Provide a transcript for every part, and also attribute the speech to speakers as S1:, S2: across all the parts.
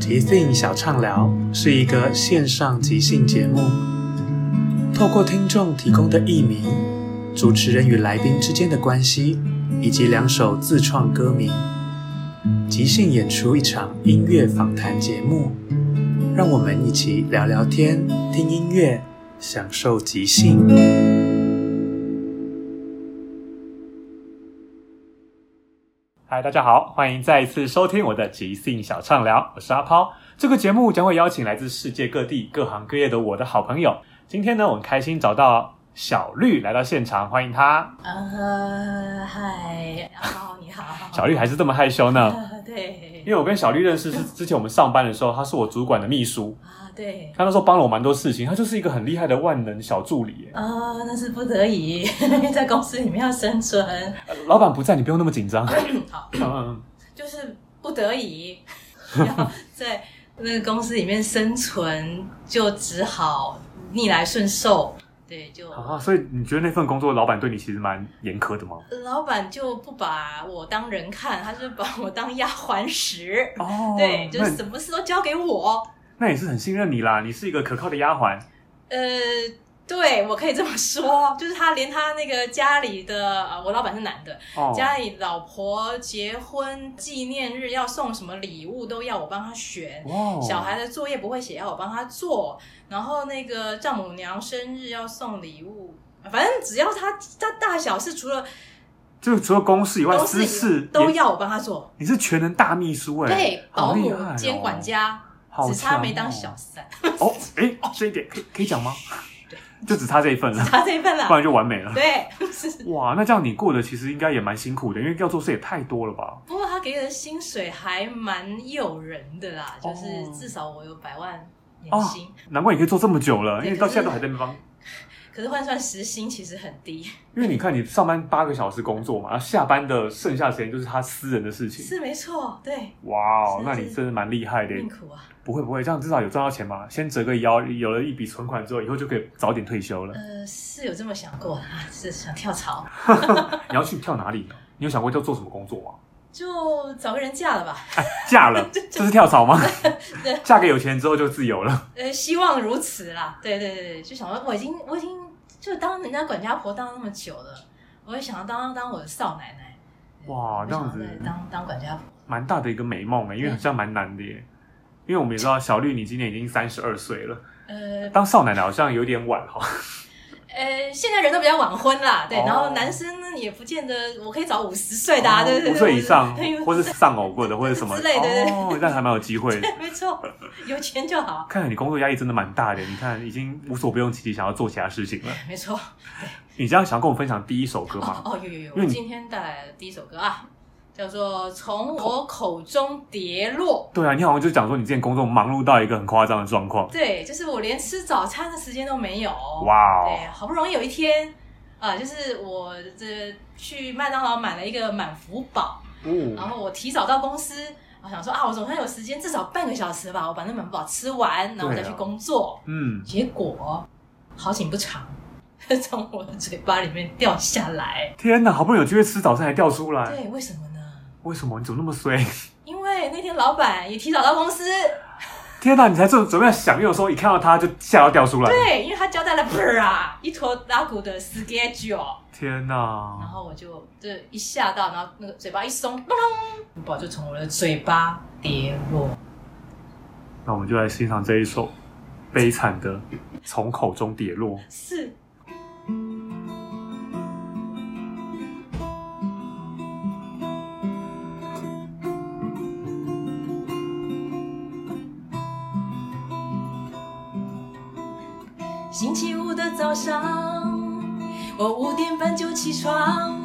S1: 即兴小畅聊是一个线上即兴节目，透过听众提供的艺名、主持人与来宾之间的关系，以及两首自创歌名，即兴演出一场音乐访谈节目，让我们一起聊聊天、听音乐，享受即兴。嗨，大家好，欢迎再一次收听我的即兴小畅聊，我是阿抛。这个节目将会邀请来自世界各地各行各业的我的好朋友。今天呢，我很开心找到小绿来到现场，欢迎他。。
S2: 呃，嗨，阿猫你好
S1: 小绿还是这么害羞呢，
S2: 啊， 对
S1: 因，为我跟小绿认识是之前我们上班的时候，他是我主管的秘书，
S2: 啊，对，
S1: 他那时候帮了我蛮多事情，他就是一个很厉害的万能小助理耶。
S2: 啊，那是不得已， 在公司里面要生存。
S1: 呃老板不在，你不用那么紧张。
S2: 好，
S1: 嗯，
S2: 就是不得已 要在那个公司里面生存，就只好逆来顺受。对，就
S1: 啊，所以你觉得那份工作老板对你其实蛮严苛的吗？
S2: 呃老板就不把我当人看，他就把我当丫鬟使。
S1: 哦，
S2: 对，就
S1: 那
S2: 是什么事都交给我。
S1: 那也是很信任你啦，你是一个可靠的丫鬟。
S2: 呃，对我可以这么
S1: 哦
S2: 说，就是他连他那个家里的，呃、我老板是男的，
S1: 哦，
S2: 家里老婆结婚纪念日要送什么礼物都要我帮他选。
S1: 哇，
S2: 小孩的作业不会写，要我帮他做。然后那个丈母娘生日要送礼物，反正只要他他大小事，除了
S1: 就是除了公事以外，
S2: 公
S1: 私
S2: 事
S1: 事
S2: 以都
S1: 也。
S2: 要我帮他做。
S1: 你是全能大秘书哎、
S2: 对，保姆
S1: 好厉害哦
S2: 兼管，家，
S1: 好
S2: 只差
S1: 强
S2: 没当
S1: 哦
S2: 小三，
S1: 哦。哎、这一点可以可以讲吗？ 就只差这一份了，
S2: 他这一份
S1: 不
S2: 了。
S1: 然就完美了。
S2: 对， 是
S1: 哇，那这样你过得其实应该也蛮辛苦的，因为要做事也太多了吧？
S2: 不过他给的薪水还蛮诱人的啦，
S1: 哦
S2: 就是至少我有百万年
S1: 哦
S2: 薪，
S1: 难怪你可以做这么久了，
S2: 对
S1: 因为到现在都还在那边帮。
S2: 可是换算时薪其实很低，
S1: 因为你看，你上班八个小时工作嘛，然后下班的剩下时间就是他私人的事情。
S2: 是没错，对，
S1: 哇哦，
S2: 是
S1: 那你真的蛮厉害的耶。
S2: 命苦啊。
S1: 不会不会，这样至少有赚到钱嘛。先折个腰，有了一笔存款之后，以后就可以早点退休 了。
S2: 呃，是有这么想过啊，是想跳槽，
S1: 你要去跳哪里呢？你有想过要做什么工作吗？
S2: 就找个人嫁了吧。
S1: 嫁 了，这是跳槽吗？
S2: 对
S1: 嫁给有钱人之后就自由了。
S2: 呃，希望如此啦。对对对对，就想说我已经我已经就当人家管家婆当那么久了，我也想要当当我的少奶奶。对
S1: 哇
S2: 我想
S1: 这
S2: 要
S1: 样子
S2: 再当当管家婆，
S1: 蛮大的一个美梦哎、因为
S2: 嗯
S1: 好像蛮难的耶。因为我们也知道小绿，你今年已经三十二岁了，
S2: 呃，
S1: 当少奶奶好像有点晚哈。
S2: 呃，现在人都比较晚婚啦，对，
S1: 哦
S2: 然后男生呢嗯，也不见得，我可以找五十岁的啊，对对对，
S1: 五岁以上
S2: 对，
S1: 或是丧偶过的，或者什么
S2: 之类的对
S1: 哦，那还蛮有机会的。
S2: 没错，有钱就好，
S1: 看来你工作压力真的蛮大的，你看已经无所不用其极，想要做其他事情了。
S2: 没错。
S1: 你这样想跟我们分享第一首歌
S2: 哦
S1: 吗？
S2: 哦，有有有，
S1: 因为
S2: 我
S1: 你
S2: 今天带来的第一首歌啊，叫做《从我口中跌落》。
S1: 对啊，你好像就讲说你之前工作忙碌到一个很夸张的状况，
S2: 对，就是我连吃早餐的时间都没有。哇！
S1: 哇
S2: 对
S1: 哦，，
S2: 好不容易有一天，啊、就是我这去麦当劳买了一个满福宝，然
S1: 哦，
S2: 后我提早到公司，我想说啊，我总算有时间，至少半个小时吧，我把那满福宝吃完，然后我再
S1: 对啊
S2: 去工作。
S1: 嗯，
S2: 结果好景不长， 从我的嘴巴里面掉下来。
S1: 天哪，好不容易有机会吃早餐还掉出来，
S2: 对，为什么呢？
S1: 为什么？你怎么那么衰？
S2: 因为那天老板也提早到公司，
S1: 天哪，你才正准备要享用的时候，一看到它就吓到掉出来，
S2: 对，因为他交代了噗啊一坨拉骨的 schedule，
S1: 天
S2: 然
S1: 哪，
S2: 后我就就一下到，然后那个嘴巴一松，咚咚，宝就从我的嘴巴跌落。
S1: 那我们就来欣赏这一首悲惨的《从口中跌 落》。
S2: 是，星期五的早上，我五点半就起床，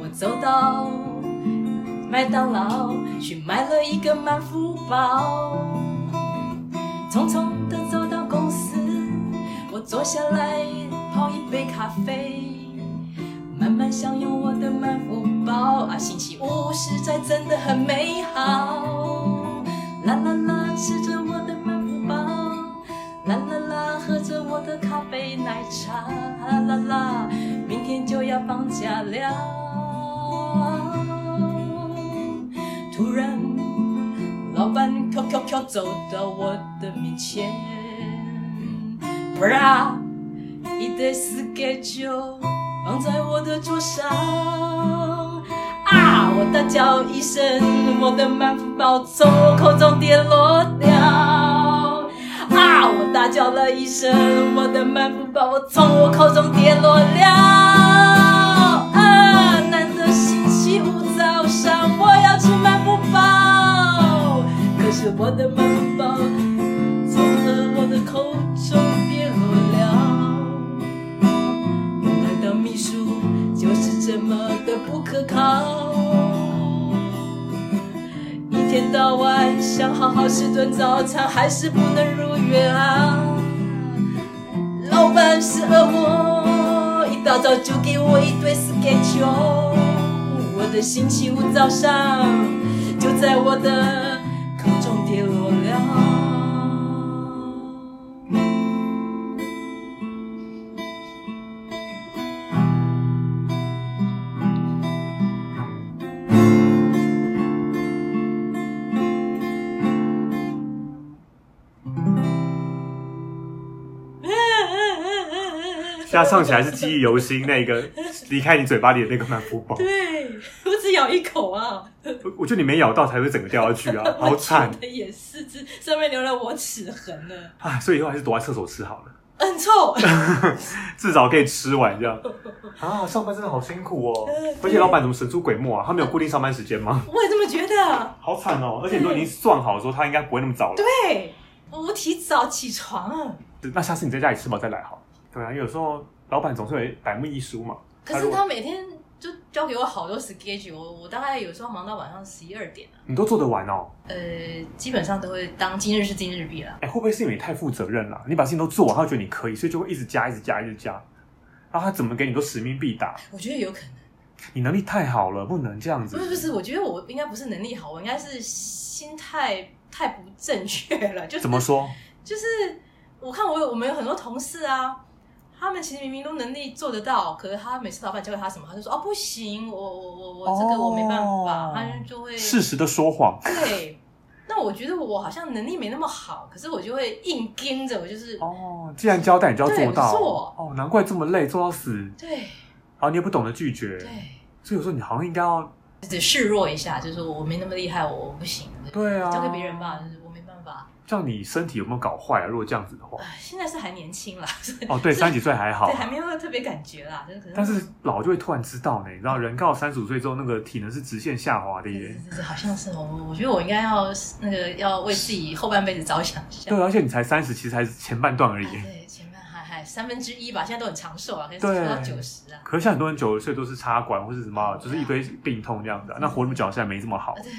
S2: 我走到麦当劳去买了一个满福包，匆匆的走到公司，我坐下来泡一杯咖啡，慢慢享用我的满福包啊，星期五实在真的很美好，啦啦啦，吃着我的满福包。啦啦啦，喝着我的咖啡奶茶，啦啦啦，明天就要放假了。突然，老板飘飘飘走到我的面前，不啦，一堆 schedule 放在我的桌上。啊！我大叫一声，我的满福包从我口中跌落了。啊！我大叫了一声，我的满福宝我从我口中跌落了。啊！难得星期五早上我要吃满福宝，可是我的满福宝从了我的口中跌落了。原来当秘书就是这么的不可靠。一天到晚想好好吃顿早餐，还是不能如愿啊！老板是恶魔，一大早就给我一堆 schedule，我的星期五早上就在我的口中跌落了。
S1: 现在唱起来是记忆犹新，那个离开你嘴巴里的那个满福宝，
S2: 对，我只咬一口啊，
S1: 我我觉得你没咬到才会整个掉下去啊，好惨
S2: 我觉得也是，这上面留了我齿痕呢，
S1: 啊！所以以后还是躲在厕所吃好了，
S2: 很臭。
S1: 至少可以吃完这样 啊。上班真的好辛苦 哦，而且老板怎么神出鬼没啊？他没有固定上班时间吗？
S2: 我也这么觉得。
S1: 好惨哦！而且你都已经算好说他应该不会那么早了，
S2: 对，我提早起床啊，
S1: 那下次你在家里吃饱再来好。对啊，有时候老板总是有百密一疏嘛。
S2: 可是
S1: 如果
S2: 他每天就交给我好多 schedule，我我大概有时候忙到晚上十一二点啊。
S1: 你都做得完哦，
S2: 呃，基本上都会当今日事今日毕了。
S1: 哎，会不会是因为你太负责任了？你把事情都做完，他会觉得你可以，所以就会一直加，一直加，一直加，然后他怎么给你都使命必达。
S2: 我觉得有可能，
S1: 你能力太好了，不能这样子。
S2: 不是不是，我觉得我应该不是能力好，我应该是心态太不正确了，就是
S1: 怎么说？
S2: 就是我看我有我们有很多同事啊，他们其实明明都能力做得到，可是他每次老板交给他什么，他就说哦不行，我我我我这个我没办法，
S1: 哦
S2: 他就会
S1: 适时的说谎。
S2: 对。那我觉得我好像能力没那么好，可是我就会硬盯着，我就是、
S1: 哦，既然交代，你就要做到。
S2: 对我
S1: 哦，难怪这么累，做到死，
S2: 对
S1: 然后你也不懂得拒绝。
S2: 对，
S1: 所以有时候你好像应该要
S2: 只示弱一下，就是我没那么厉害，我我不行，
S1: 对啊，
S2: 交给别人吧，就是我没办办法。
S1: 这样你身体有没有搞坏啊？如果这样子的 话，
S2: 唉现在是还年轻啦，所以
S1: 哦，对，三十几岁还好
S2: 对，，还没有特别感觉啦，就是可能。
S1: 但是老就会突然知道呢。你知道，人到三十五岁之后，那个体能是直线下滑的耶。
S2: 是是是好像是哦我，我觉得我应该要那个要为自己后半辈子着想一下。
S1: 对，而且你才三十，其实还是前半段而已
S2: 啊。对，前面还还三分之一吧，现在都很长寿啊，可以
S1: 对
S2: 活到九十啊。
S1: 可是像很多人九十岁都是插管或是什么，啊就是一堆病痛这样啊
S2: 嗯
S1: 的，那活那么久好像没这么好
S2: 啊。对，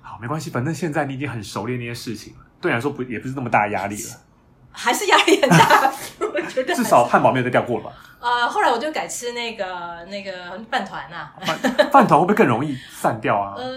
S1: 好，没关系，反正现在你已经很熟练那些事情了，对你来说不也不是那么大压力 了。
S2: 还是压力很大， 我觉得还是
S1: 至少汉堡没有再掉过了 吧？
S2: 呃，后来我就改吃那个那个饭团呐、
S1: 饭饭团会不会更容易散掉啊？
S2: 呃，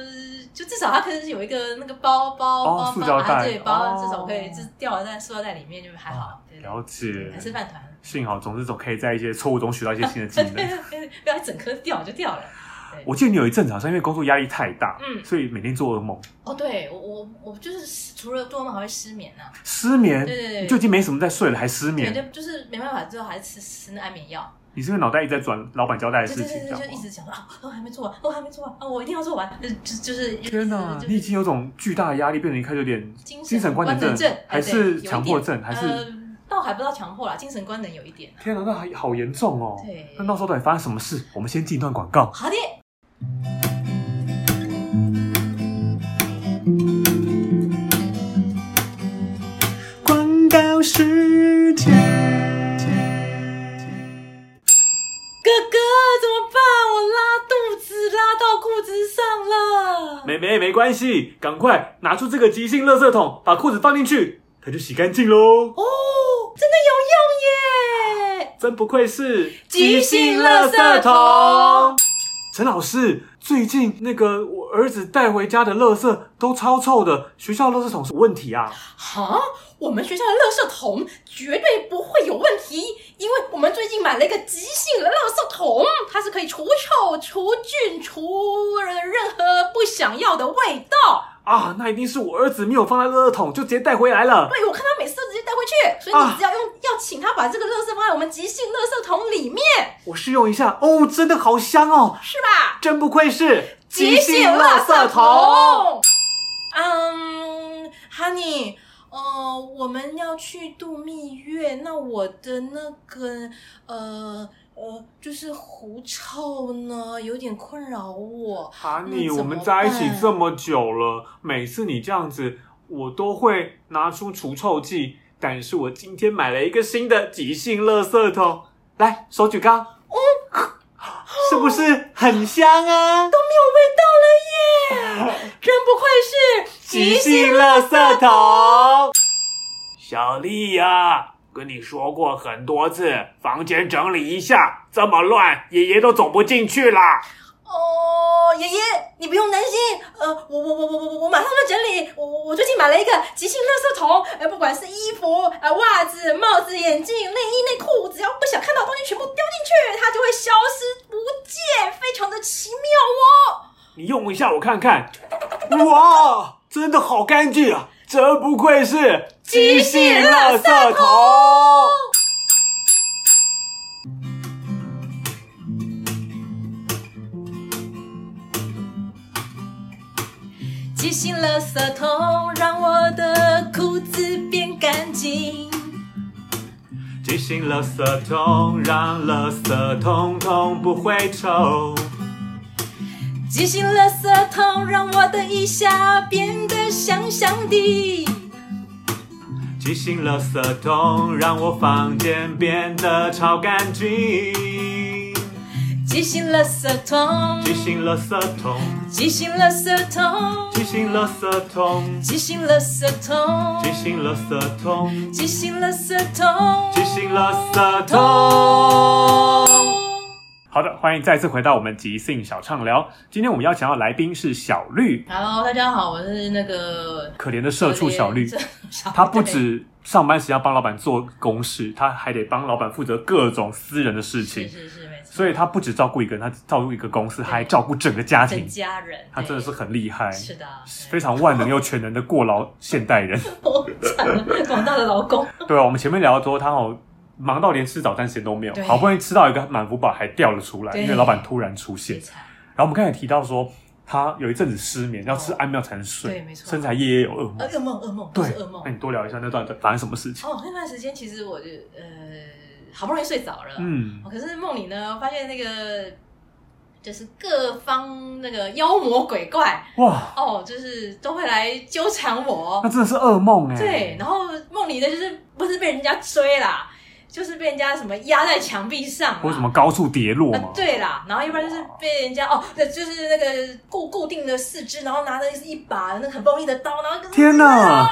S2: 就至少它可能有一个那个包包
S1: 哦
S2: 包
S1: 塑
S2: 包
S1: 胶
S2: 啊，
S1: 袋
S2: 对包，
S1: 哦啊
S2: 至少可以就是掉在塑料袋里面，就还好，对
S1: 了
S2: 对，
S1: 解
S2: 还，是饭团，
S1: 幸好总是总可以在一些错误中学到一些新的技能。
S2: 对， 不要整颗掉就掉了。对
S1: 我记得你有一阵子好像因为工作压力太大，
S2: 嗯
S1: 所以每天做噩梦、
S2: 哦，对我我我就是除了做梦还会失眠呐、啊
S1: 失眠，
S2: 对对对
S1: 你 就已经没什么在睡了，还失
S2: 对，
S1: 眠。
S2: 就就是没办法，最后还是吃吃那安眠药。
S1: 你是因为脑袋一直在转老板交代的
S2: 对
S1: 事
S2: 对
S1: 情，
S2: 对
S1: 这
S2: 对，
S1: 样
S2: 就
S1: 吗
S2: 一直想说啊，我还没做完，我还没做完啊，我一定要做完。就就就是
S1: 天哪
S2: 哪，，就
S1: 你已经有种巨大的压力，变成一开始有点
S2: 精
S1: 精神官
S2: 官
S1: 能
S2: 症，
S1: 症
S2: 哎
S1: 还
S2: 对
S1: 是
S2: 有一
S1: 强迫
S2: 点
S1: 症还是
S2: 呃，倒还不到强迫啦，精神官能有一点。啊
S1: 天哪，那还好严重哦。
S2: 对
S1: 那到时候到底发生什么事？我们先进一段广告。
S2: 好的，
S3: 广告时间。
S2: 哥哥怎么办？我拉肚子，拉到裤子上了。
S1: 妹妹没关系，赶快拿出这个急性垃圾桶，把裤子放进去，它就洗干净喽。
S2: 哦，真的有用耶！
S1: 真不愧是
S2: 即兴垃圾桶。
S1: 陈老师，最近那个我儿子带回家的垃圾都超臭的，学校垃圾桶是有问题啊。
S2: 哈，我们学校的垃圾桶绝对不会有问题，因为我们最近买了一个极性的垃圾桶，它是可以除臭、除菌、除任何不想要的味道。
S1: 啊，那一定是我儿子没有放在垃圾桶，就直接带回来了。
S2: 对，我看他每次都直接带回去，所以你只要用、要请他把这个垃圾放在我们极性垃圾桶里面，
S1: 我试用一下，哦，真的好香哦，
S2: 是吧？
S1: 真不愧是
S2: 极性垃圾。桶。嗯，Honey，呃，我们要去度蜜月，那我的那个呃呃，就是狐臭呢，有点困扰我。
S1: 哈
S2: 那
S1: 尼，
S2: 怎
S1: 啊我
S2: 么
S1: 们在一起
S2: 办
S1: 这么久了，每次你这样子，我都会拿出除臭剂。但是我今天买了一个新的急性垃圾桶，来手举高，是不是很香啊？
S2: 没有味道了耶！ 真不愧是
S1: 急性垃圾桶。小丽呀、跟你说过很多次，房间整理一下，这么乱，爷爷都走不进去啦。
S2: 哦，爷爷，你不用担心，呃，我我我我我我马上就整理，我我我最近买了一个即兴垃圾桶，呃，不管是衣服、呃袜子、帽子、眼镜、内衣、内裤，只要不想看到的东西全部丢进去，它就会消失不见，非常的奇妙哦。
S1: 你用一下我看看，哇，真的好干净啊！真不愧是
S2: 机械垃圾
S1: 桶。
S2: 即兴垃圾桶让我的裤子变干净，
S1: 机性垃圾桶让垃圾通通不会臭，
S2: 即兴垃圾桶让我的腋下变得香香的。
S1: 机性垃圾桶让我房间变得超干净。
S2: 即兴垃圾桶，
S1: 机性垃圾桶，
S2: 即兴垃圾桶，
S1: 机性垃圾桶，
S2: 即兴垃圾桶，
S1: 机性垃圾桶，
S2: 即兴垃圾桶，
S1: 机性垃圾桶。好的，欢迎再次回到我们即兴小畅聊。今天我们邀请到的来宾是小绿，
S2: Hello，大家好，我是那个
S1: 可怜的社畜小 绿，他
S2: 他
S1: 不止上班时要帮老板做公事，他还得帮老板负责各种私人的事
S2: 是
S1: 情，
S2: 是是，没错，
S1: 所以他不只照顾一个人，他照顾一个公司，还照顾整个家
S2: 整
S1: 庭，
S2: 家人，
S1: 他真的是
S2: 对
S1: 很厉害，
S2: 是的，
S1: 非常万能又全能的过劳现代 人。
S2: 我惨了，广大的老公，
S1: 对啊，我们前面聊到说他好忙到连吃早餐时间都没有
S2: 对，
S1: 好不容易吃到一个满福宝还掉了出来，
S2: 对
S1: 因为老板突然出现
S2: 悲。惨
S1: 然后我们刚才也提到说，他有一阵子失眠，要吃安妙才能睡，
S2: 对没错
S1: 甚至还夜夜有噩梦。
S2: 呃，噩梦，噩梦，都
S1: 对哎
S2: 是噩梦
S1: 那。你多聊一下那段发生什么事情？
S2: 哦，那段时间其实我就呃，好不容易睡着了，
S1: 嗯
S2: 哦，可是梦里呢，发现那个就是各方那个妖魔鬼 怪
S1: 哇，
S2: 哦，就是都会来纠缠我
S1: 那，真的是噩梦哎。
S2: 对，，然后梦里的就是不是被人家追啦，就是被人家什么压在墙壁上啦，
S1: 或者什么高处跌落
S2: 啊
S1: 嘛，，
S2: 对啦，然后要不然就是被人家哦，对，就是那个固固定的四肢，然后拿着一把那个很锋利的刀，然后
S1: 天哪
S2: 啊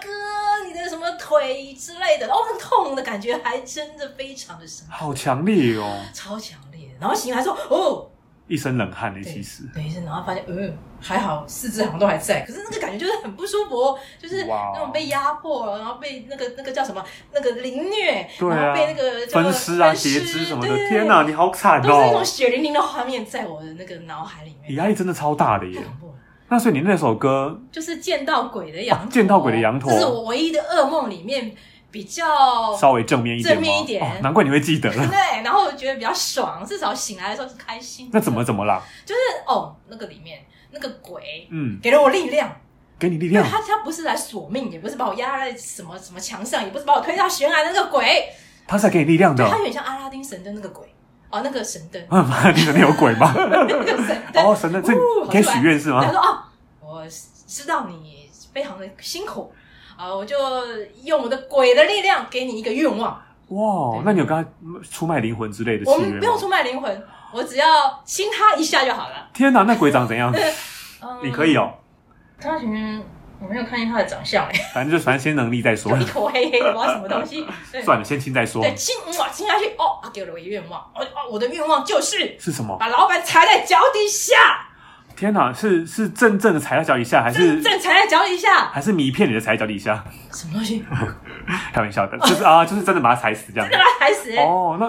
S2: 哥，你的什么腿之类的，然后那痛的感觉还真的非常的深，
S1: 好强烈哦，
S2: 超强烈的。然后醒来说哦，
S1: 一身冷汗哎，
S2: 对
S1: 其实。
S2: 等一声，然后发现嗯还好四肢好像都还在，可是那个感觉就是很不舒服，哦就是
S1: 哇哦
S2: 那种被压迫了，然后被那个那个叫什么那个凌虐，
S1: 对啊
S2: 然后被那个叫做
S1: 分尸啊，
S2: 分
S1: 截肢什么的，
S2: 对
S1: 天哪，你好惨
S2: 都是那
S1: 哦
S2: 种！血淋淋的画面在我的那个脑海里
S1: 你
S2: 面。
S1: 压力真的超大的
S2: 太
S1: 耶。
S2: 恐怖了。
S1: 那所以你那首歌
S2: 就是见到鬼的羊
S1: 啊
S2: 驼，
S1: 见到鬼的羊驼
S2: 这是我唯一的噩梦里面比较
S1: 稍微正面一点吗，
S2: 正面一点
S1: 哦，难怪你会记 得。
S2: 对，然后我觉得比较爽，至少醒来的时候是开心的。
S1: 那怎么怎么啦？
S2: 就是哦，那个里面那个鬼
S1: 嗯，
S2: 给了我力量，
S1: 给你力
S2: 因为
S1: 量。
S2: 他他不是来索命，也不是把我压在什么什么墙上，也不是把我推到悬崖的那个鬼，
S1: 他是来给你力量的，
S2: 对，。他有点像阿拉丁神灯那个鬼哦，那个神灯
S1: 妈，你真的有鬼吗？
S2: 那个神灯，
S1: 哦，神的，这
S2: 呜
S1: 你 可以许愿是
S2: 他
S1: 吗？
S2: 说哦，我知道你非常的辛苦。啊、我就用我的鬼的力量给你一个愿望，
S1: 哇
S2: 对，
S1: 那你有跟他出卖灵魂之类的
S2: 我
S1: 契
S2: 们
S1: 约
S2: 不用
S1: 吗？
S2: 出卖 灵魂，我只要亲他一下就好了。
S1: 天哪，那鬼长怎 样？
S2: 嗯
S1: 你可以。哦，
S2: 他前面我没有看见他的长 相哎，
S1: 反正就反正先能力再说
S2: 就一，口黑黑的，不知道什么 东西。对
S1: 算了，先亲再说。
S2: 对，亲哇亲下去哦，他给了我一个愿望，我哦我的愿望就是
S1: 是什么？
S2: 把老板踩在脚底下，
S1: 天哪，是是真正的踩到脚底下，还是
S2: 真正踩在脚底下。
S1: 还是迷骗你的踩脚底下？
S2: 什么东西？
S1: 开玩笑的， 就是啊，就是真的把他踩死这样
S2: 真的。把他踩死？
S1: 哦，那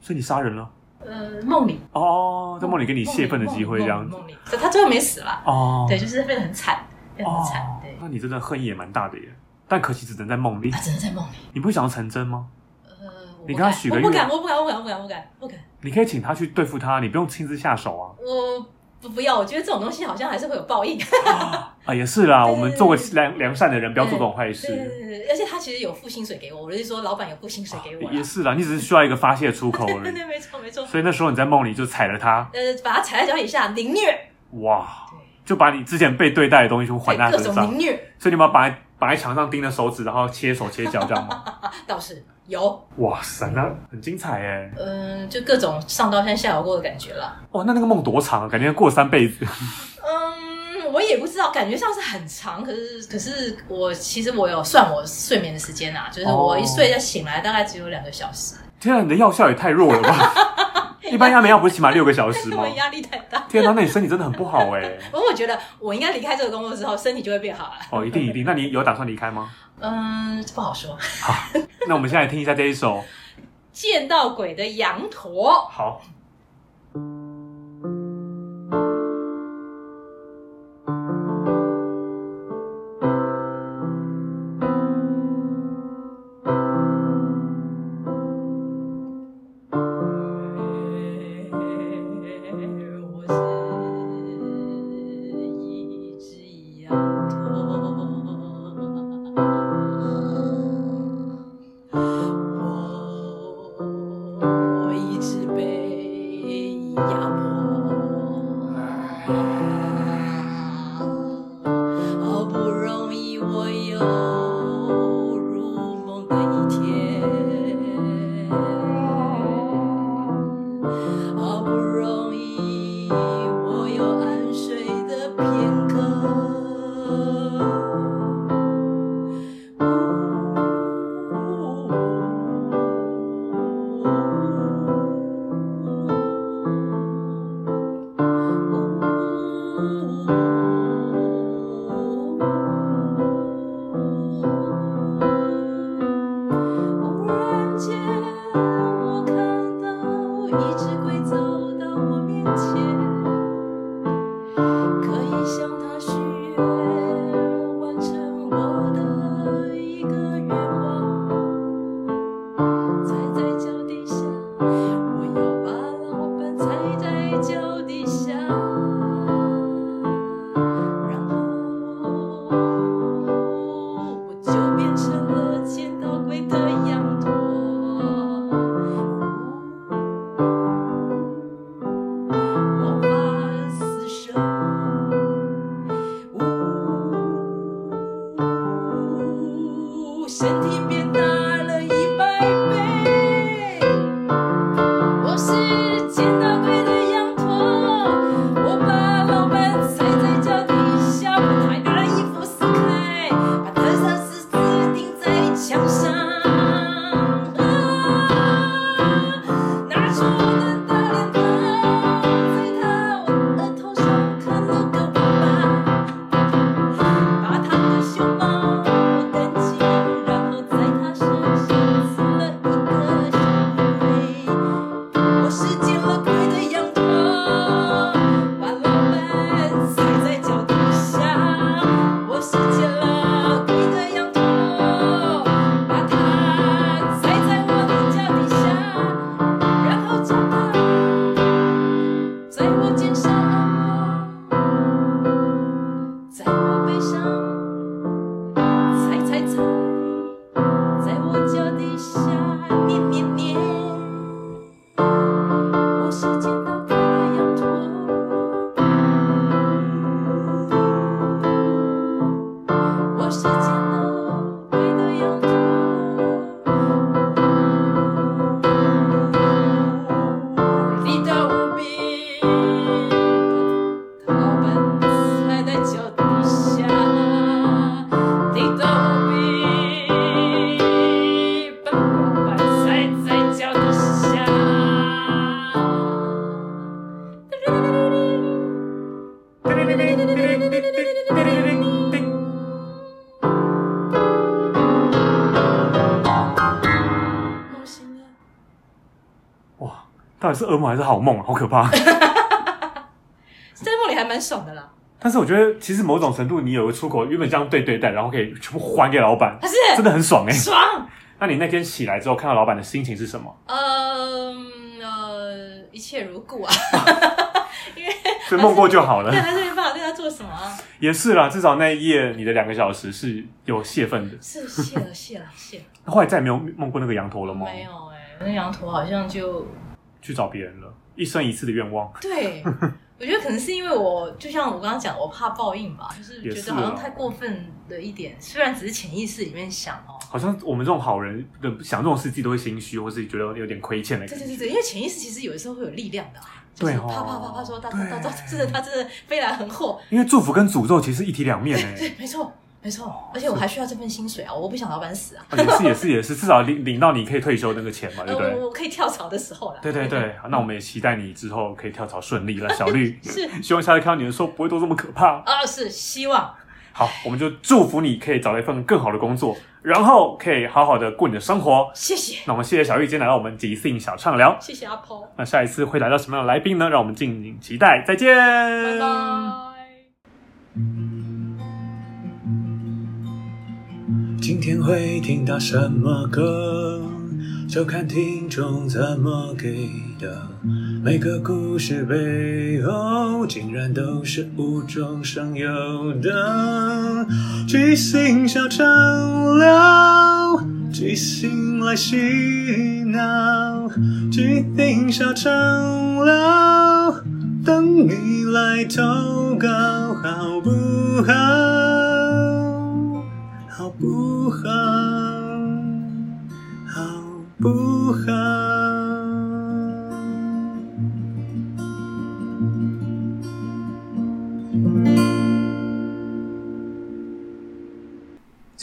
S1: 所以你杀人了？
S2: 呃，梦里，
S1: 哦，在梦里给你泄愤的机会这样
S2: 梦里
S1: 子。
S2: 梦里，梦里他最后没死啦。
S1: 哦，
S2: 对，就是变得很惨，变得很惨。对，哎
S1: 那你真的恨意也蛮大的耶。但可惜只能在梦里
S2: 他，只能在梦里。
S1: 你不会想要成真吗？
S2: 呃，我
S1: 你跟
S2: 不
S1: 他
S2: 敢，
S1: 许个
S2: 我不
S1: 愿
S2: 敢，我不敢，我不敢，我不敢，我不敢，不敢。
S1: 你可以请他去对付他，你不用亲自下手啊。
S2: 我不不要，我觉得这种东西好像还是会有报应。
S1: 啊，也是啦，
S2: 对
S1: 我们做个良良善的人，不要做这种坏
S2: 对对
S1: 事。
S2: 对对，而且他其实有付薪水给我，我就是说老板有付薪水给我啦
S1: 啊也。是啦，你只是需要一个发泄出口而
S2: 对
S1: 已。
S2: 对，没错没错。
S1: 所以那时候你在梦里就踩了他，
S2: 呃，把他踩在脚底下凌虐，
S1: 哇，
S2: 对
S1: 就把你之前被对待的东西全部还在他
S2: 哎对，各
S1: 身
S2: 种
S1: 上。
S2: 凌虐
S1: 所以你把绑在绑在墙上钉着手指，然后切手切脚这样吗？
S2: 倒是有，
S1: 哇塞，那很精彩哎！
S2: 嗯，就各种上刀山下油锅的感觉了。
S1: 哇，那那个梦多长啊？感觉过了三辈子。
S2: 嗯，我也不知道，感觉上是很长，可是可是我其实我有算我睡眠的时间啊，就是我一睡再醒来大概只有两个小时，
S1: 天啊，你的药效也太弱了吧！ 一般亚美药不是起码六个小时
S2: 因
S1: 吗
S2: 为？压力太大。
S1: 天啊，那你身体真的很不好哎、
S2: 不过我觉得我应该离开这个工作之后，身体就会变好了。
S1: 哦，一定一定。那你有打算离开吗？
S2: 嗯，不好说。
S1: 那我们现在听一下这一首。
S2: 见到鬼的羊驼，
S1: 好，
S2: 我是一只羊驼，我一直被步，身体变大了一百倍。我是捡到贵的羊驼，我把老板踩在脚底下，把他原来衣服撕开，把他的十字钉在墙上。啊拿出我的大脸蛋，在他我的头上看了个疤把他的袖毛掸去，然后在他身上刺了一个小玫瑰。我是见了鬼的羊驼，把老板踩在脚底下。我是见了鬼的羊驼，把它踩在我的脚底下，然后将它在我肩上按摩，在我背上踩踩踩，在我脚底下捏捏捏。我是见到鬼的羊驼。我是见到鬼的羊驼。力大无比，老板踩在脚底下。力大无比，老板踩在脚底 下。梦醒了，
S4: 哇，到底是噩梦还是好梦啊？好可 怕！
S2: 在梦里还蛮爽的啦。
S4: 但是我觉得，其实某种程度，你有个出口，原本这样被对待，然后可以全部还给老板，
S2: 可是
S4: 真的很爽哎、
S2: 爽，
S4: 那你那天起来之后，看到老板的心情是什么？
S2: 嗯呃，一切如故啊，
S4: 所以梦过就好了
S2: 但。还是没办法对他做什么啊，
S4: 也是啦，至少那一夜你的两个小时是有泄愤的。
S2: 是谢了谢了谢了，
S4: 后来再也没有梦过那个羊头了吗？
S2: 没，有哎、那羊驼好像就
S4: 去找别人了，一生一次的愿望。
S2: 对，我觉得可能是因为我，就像我刚刚讲，我怕报应吧，就是
S4: 也
S2: 觉
S4: 是
S2: 得好像
S4: 啊
S2: 太过分了一点。虽然只是潜意识里面想哦，
S4: 好像我们这种好人的想这种事，自己都会心虚，或是觉得有点亏欠的
S2: 对
S4: 感
S2: 对
S4: 觉。
S2: 对对，因为潜意识其实有的时候会有力量的、啊，就是
S4: 对哦
S2: 啪啪啪啪说大大大大，真的他真的飞来横祸，
S4: 因为祝福跟诅咒其实是一体两面哎、
S2: 对，没错没错，而且我还需要这份薪水啊，我不想老板死啊，
S4: 啊也是也是也是，至少领领到你可以退休那个钱嘛，对
S2: 呃，
S4: 不对？
S2: 我我可以跳槽的时候啦，。
S4: 对对对，好那我们也期待你之后可以跳槽顺利了，小绿
S2: 是
S4: 希望下次看到你的时候不会都这么可怕。
S2: 啊，是希望
S4: 好，我们就祝福你可以找到一份更好的工作，然后可以好好的过你的生活。
S2: 谢谢
S4: 那我们谢谢小玉今天来到我们即兴小畅聊。
S2: 谢谢阿婆，
S4: 那下一次会来到什么样的来宾呢？让我们敬请期待。再见，
S2: 拜拜。
S3: 今天会听到什么歌，就看听众怎么给的。每个故事背后，竟然都是无中生有的。即兴小长聊，即兴来洗脑，即兴小长聊，等你来投稿，好不好？好不好？好不好？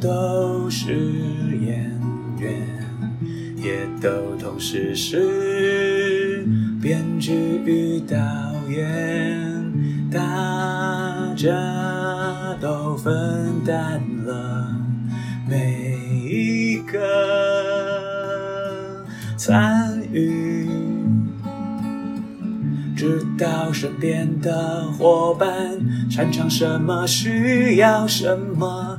S3: 都是演员。也都同时是编剧与导演，大家都分担了每一个参与，知道身边的伙伴擅长什么，需要什么，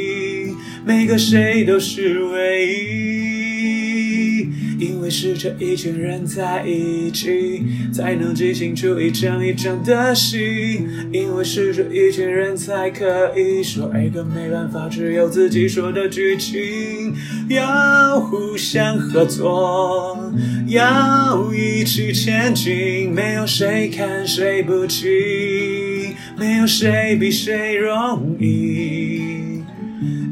S3: 每个谁都是唯一。因为是这一群人在一起，才能即兴出一场一场的戏。因为是这一群人才可以说一个没办法只有自己说的剧情。要互相合作，要一起前进，没有谁看谁不起，没有谁比谁容易。